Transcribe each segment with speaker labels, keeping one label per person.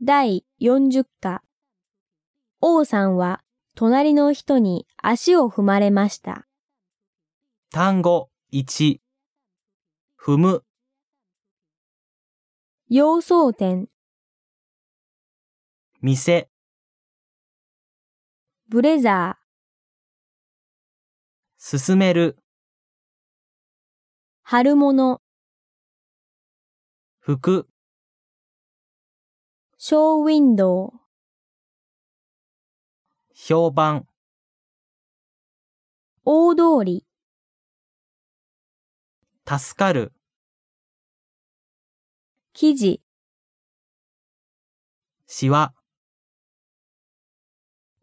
Speaker 1: 第40課。王さんは隣の人に足を踏まれました。
Speaker 2: 単語1、踏む、
Speaker 1: 洋装店、
Speaker 2: 店、
Speaker 1: ブレザー、
Speaker 2: 進める、
Speaker 1: 春物、
Speaker 2: 服、
Speaker 1: ショーウィンドウ、
Speaker 2: 評判、
Speaker 1: 大通り、
Speaker 2: 助かる、
Speaker 1: 生地、
Speaker 2: しわ、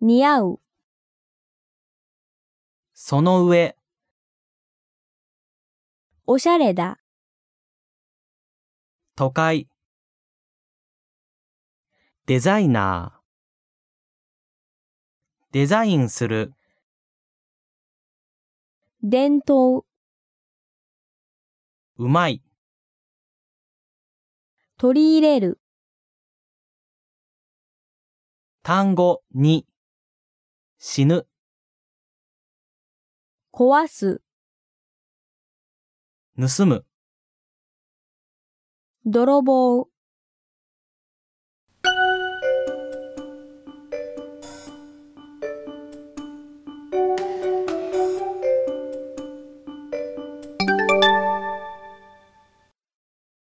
Speaker 1: 似合う、
Speaker 2: その上、
Speaker 1: おしゃれだ、
Speaker 2: 都会。デザイナー、デザインする、
Speaker 1: 伝統、
Speaker 2: うまい、
Speaker 1: 取り入れる、
Speaker 2: 単語2、死ぬ、
Speaker 1: 壊す、
Speaker 2: 盗む、
Speaker 1: 泥棒、